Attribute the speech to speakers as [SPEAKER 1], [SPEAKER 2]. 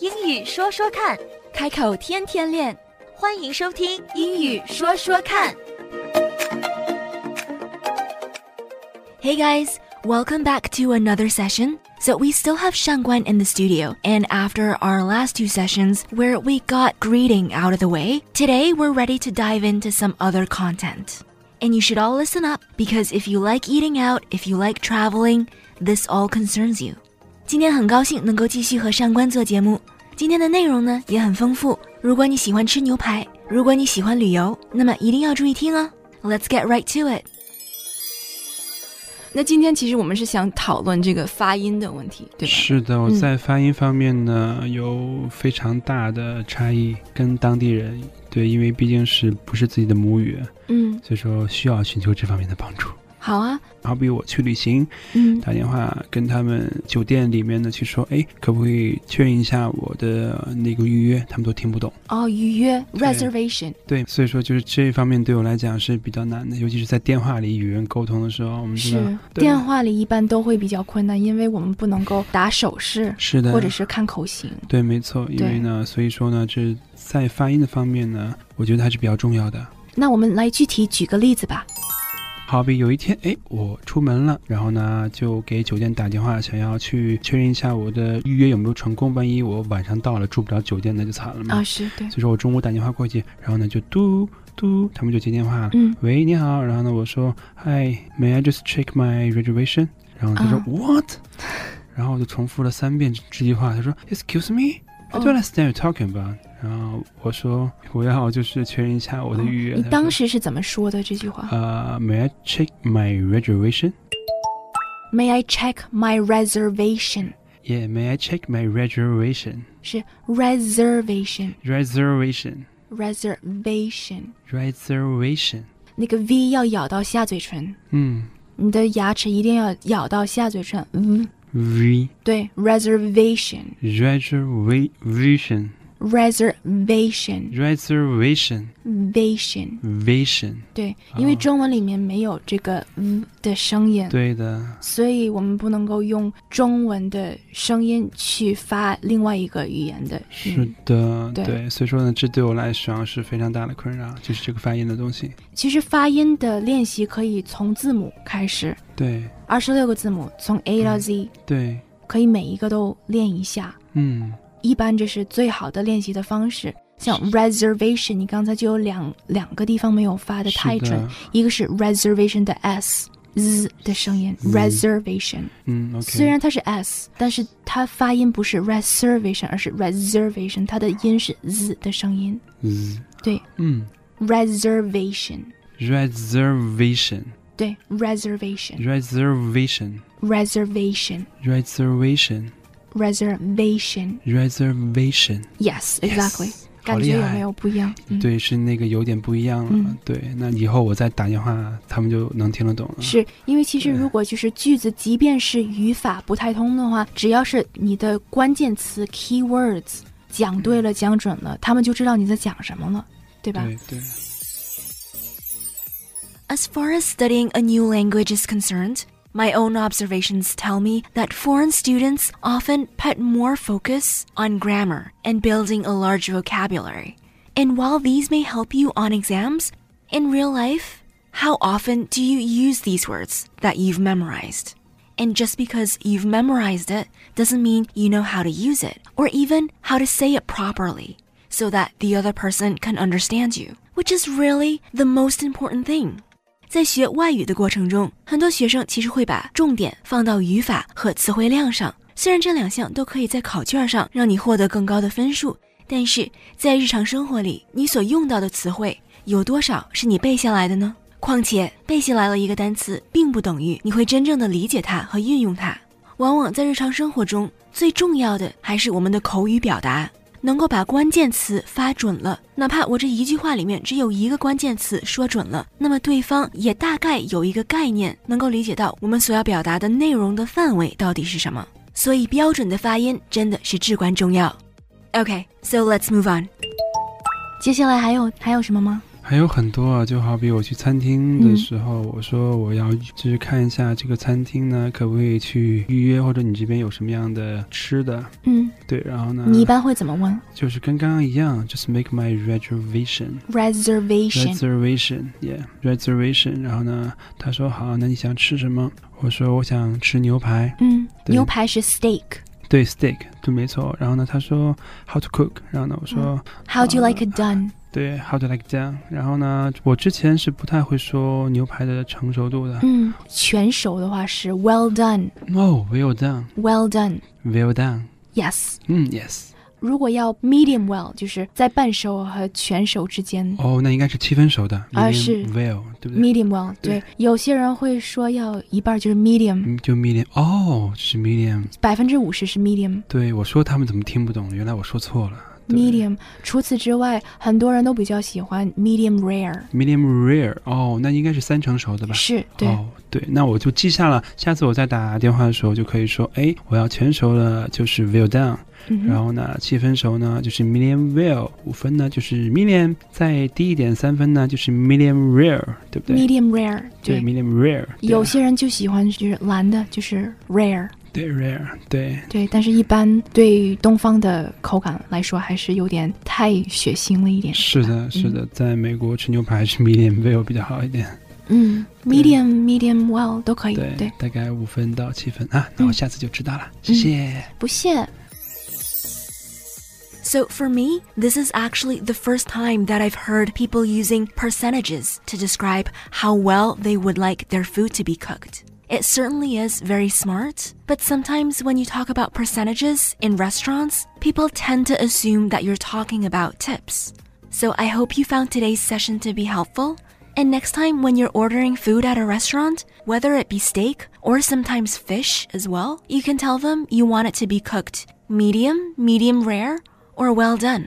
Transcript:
[SPEAKER 1] 英语说说看，
[SPEAKER 2] 开口天天练。
[SPEAKER 1] 欢迎收听《英语说说看》。
[SPEAKER 2] Hey guys, welcome back to another session. So we still have Shangguan in the studio, and after our last two sessions where we got greeting out of the way, today we're ready to dive into some other content. And you should all listen up because if you like eating out, if you like traveling, this all concerns you. 今天很高兴能够继续和上官做节目，今天的内容呢也很丰富。如果你喜欢吃牛排，如果你喜欢旅游，那么一定要注意听哦。Let's get right to it. 那今天其实我们是想讨论这个发音的问题，对吧？嗯
[SPEAKER 3] 是的，我在发音方面呢、有非常大的差异，跟当地人对，因为毕竟是不是自己的母语，
[SPEAKER 2] 嗯，
[SPEAKER 3] 所以说需要寻求这方面的帮助。
[SPEAKER 2] 好啊，
[SPEAKER 3] 好比我去旅行，
[SPEAKER 2] 嗯
[SPEAKER 3] 打电话跟他们酒店里面的去说，哎，可不可以确认一下我的那个预约？他们都听不懂。
[SPEAKER 2] 哦，预约
[SPEAKER 3] 对
[SPEAKER 2] reservation，
[SPEAKER 3] 对，所以说就是这一方面对我来讲是比较难的，尤其是在电话里与人沟通的时候，我
[SPEAKER 2] 嗯
[SPEAKER 3] 们知道
[SPEAKER 2] 是
[SPEAKER 3] 对
[SPEAKER 2] 电话里一般都会比较困难，因为我们不能够打手势
[SPEAKER 3] 是的，
[SPEAKER 2] 或者是看口型。
[SPEAKER 3] 对，没错，因
[SPEAKER 2] 对
[SPEAKER 3] 为呢，所以说呢，这在发音的方面呢，我觉得还是比较重要的。
[SPEAKER 2] 那我们来具体举个例子吧。
[SPEAKER 3] 好比有一天，哎，我出门了，然后呢，就给酒店打电话，想要去确认一下我的预约有没有成功。万一我晚上到了住不了酒店，那就惨了嘛。
[SPEAKER 2] 啊，是对，
[SPEAKER 3] 所以说我中午打电话过去，然后呢就嘟嘟，他们就接电话了。
[SPEAKER 2] 嗯，
[SPEAKER 3] 喂，你好。然后呢，我说，Hi，May I just check my reservation？然后他说、
[SPEAKER 2] 啊
[SPEAKER 3] What？然后我就重复了三遍这这句话。他说，Excuse me，I
[SPEAKER 2] 哦
[SPEAKER 3] don't understand you talking about。然后我说，我要就是确认一下我的预约。
[SPEAKER 2] 哦你
[SPEAKER 3] 他
[SPEAKER 2] 当
[SPEAKER 3] 说
[SPEAKER 2] 时是怎么说的这句话
[SPEAKER 3] 呃、m a y Uh, I check my reservation？
[SPEAKER 2] ？May I check my reservation？
[SPEAKER 3] Yeah, may I check my reservation?
[SPEAKER 2] 是 reservation
[SPEAKER 3] Reservation,
[SPEAKER 2] reservation，
[SPEAKER 3] reservation. Hmm.
[SPEAKER 2] 那个 v 要咬到下嘴唇，
[SPEAKER 3] 嗯
[SPEAKER 2] 你的牙齿一定要咬到下嘴唇。嗯，
[SPEAKER 3] ，re
[SPEAKER 2] 对，reservation
[SPEAKER 3] reservation,
[SPEAKER 2] reservation
[SPEAKER 3] reservation,
[SPEAKER 2] vision，
[SPEAKER 3] vision.
[SPEAKER 2] 对，因为中文里面没有这个嗯的声音，
[SPEAKER 3] 对的，
[SPEAKER 2] 所以我们不能够用中文的声音去发另外一个语言的音。
[SPEAKER 3] 是的，
[SPEAKER 2] 对
[SPEAKER 3] 对。所以说呢，这对我来讲是非常大的困扰，就是这个发音的东西。
[SPEAKER 2] 其实发音的练习可以从字母开始，
[SPEAKER 3] 对
[SPEAKER 2] 二十六个字母，从 A
[SPEAKER 3] 嗯
[SPEAKER 2] 到 Z，、
[SPEAKER 3] 对，
[SPEAKER 2] 可以每一个都练一下。
[SPEAKER 3] 嗯，
[SPEAKER 2] 一般这是最好的练习的方式。像 reservation，你刚才就有两两个地方没有发的太
[SPEAKER 3] 是
[SPEAKER 2] 准
[SPEAKER 3] 的，，
[SPEAKER 2] 一个是 reservation 的 s z 的声音
[SPEAKER 3] 嗯
[SPEAKER 2] ，reservation。
[SPEAKER 3] 嗯，OK。
[SPEAKER 2] 虽然它是 s，但是它发音不是 reservation，而是 reservation，它的音是 z 的声音。
[SPEAKER 3] z，
[SPEAKER 2] 对
[SPEAKER 3] 嗯
[SPEAKER 2] reservation，
[SPEAKER 3] ，reservation,
[SPEAKER 2] 对 reservation，reservation，reservation。
[SPEAKER 3] reservation, reservation, reservation。
[SPEAKER 2] Yes, exactly.
[SPEAKER 3] Yes，好
[SPEAKER 2] 感觉
[SPEAKER 3] 厉
[SPEAKER 2] 有
[SPEAKER 3] 害
[SPEAKER 2] 没有不一样？嗯，
[SPEAKER 3] 对，是那个有点不一样了。
[SPEAKER 2] 嗯
[SPEAKER 3] 对，那以后我再打电话，他们就能听得懂了。
[SPEAKER 2] 是因为其实
[SPEAKER 3] 对
[SPEAKER 2] 如果就是句子，即便是语法不太通的话，只要是你的关键词 keywords 讲对了、讲准了，他们就知道你在讲什么了，对吧？
[SPEAKER 3] 嗯对对，
[SPEAKER 2] As far as studying a new language is concerned, my own observations tell me that foreign students often put more focus on grammar and building a large vocabulary. And while these may help you on exams, in real life, how often do you use these words that you've memorized? And just because you've memorized it doesn't mean you know how to use it or even how to say it properly so that the other person can understand you, which is really the most important thing. 在学外语的过程中，很多学生其实会把重点放到语法和词汇量上。虽然这两项都可以在考卷上让你获得更高的分数，但是在日常生活里，你所用到的词汇有多少是你背下来的呢？况且背下来了一个单词，并不等于你会真正的理解它和运用它。往往在日常生活中，最重要的还是我们的口语表达，能够把关键词发准了。哪怕我这一句话里面只有一个关键词说准了，那么对方也大概有一个概念，能够理解到我们所要表达的内容的范围到底是什么。所以，标准的发音真的是至关重要。OK，so、let's move on。接下来还有还有什么吗？
[SPEAKER 3] 还有很多啊，就好比我去餐厅的时候，我说我要就是看一下这个餐厅呢，可不可以去预约，或者你这边有什么样的吃的？
[SPEAKER 2] 嗯，
[SPEAKER 3] 对，然后呢，
[SPEAKER 2] 你一般会怎么问
[SPEAKER 3] 就是跟刚刚一样，just make my reservation。
[SPEAKER 2] ？Reservation。
[SPEAKER 3] reservation，yeah，reservation。然后呢，他说好，那你想吃什么？我说我想吃牛排，
[SPEAKER 2] 嗯，
[SPEAKER 3] 对
[SPEAKER 2] 牛排是 steak。
[SPEAKER 3] 对，steak，对，没错。然后呢，他说 how to cook，然后呢，我说、
[SPEAKER 2] How do you
[SPEAKER 3] 呃
[SPEAKER 2] like it done？
[SPEAKER 3] 对 how to like that。然后呢，我之前是不太会说牛排的成熟度的。
[SPEAKER 2] 嗯，全熟的话是 well done，well
[SPEAKER 3] Oh, well done,
[SPEAKER 2] done。
[SPEAKER 3] well done。
[SPEAKER 2] Yes。
[SPEAKER 3] 嗯，yes。
[SPEAKER 2] 如果要 medium well，就是在半熟和全熟之间。
[SPEAKER 3] 哦，那应该是七分熟的。
[SPEAKER 2] 啊
[SPEAKER 3] 里面
[SPEAKER 2] 是
[SPEAKER 3] well，对不对？
[SPEAKER 2] medium well，
[SPEAKER 3] 对
[SPEAKER 2] 对，有些人会说要一半儿就是 medium，
[SPEAKER 3] 嗯就 medium。哦，是 medium。
[SPEAKER 2] 百分之五十是 medium。
[SPEAKER 3] 对，我说他们怎么听不懂？原来我说错了。对
[SPEAKER 2] medium，除此之外，很多人都比较喜欢 medium rare，
[SPEAKER 3] medium rare。哦，那应该是三成熟的吧？
[SPEAKER 2] 是对、
[SPEAKER 3] 哦，对，那我就记下了。下次我再打电话的时候，就可以说，哎，我要全熟的，就是 well done，、
[SPEAKER 2] 嗯
[SPEAKER 3] 然
[SPEAKER 2] 哼，
[SPEAKER 3] 后呢，七分熟呢就是 medium well，五分呢就是 medium，再低一点三分呢就是 medium rare，对不对
[SPEAKER 2] medium rare，对，
[SPEAKER 3] 对 medium rare，对
[SPEAKER 2] 有些人就喜欢就是蓝的，就是 rare，
[SPEAKER 3] 对 rare，对
[SPEAKER 2] 对，但是一般对东方的口感来说，还是有点太血腥了一点。
[SPEAKER 3] 是的，是的，在美国吃牛排还是 medium well 比较好一点，
[SPEAKER 2] 嗯，medium medium well 都可以。
[SPEAKER 3] 对，
[SPEAKER 2] 对，
[SPEAKER 3] 大概五分到七分啊，那我
[SPEAKER 2] 嗯
[SPEAKER 3] 下次就知道了，谢谢。
[SPEAKER 2] 不屑。
[SPEAKER 1] So for me, this is actually the first time that I've heard people using percentages to describe how well they would like their food to be cooked. It certainly is very smart, but sometimes when you talk about percentages in restaurants, people tend to assume that you're talking about tips. So I hope you found today's session to be helpful. And next time when you're ordering food at a restaurant, whether it be steak or sometimes fish as well, you can tell them you want it to be cooked medium, medium rare, or well done.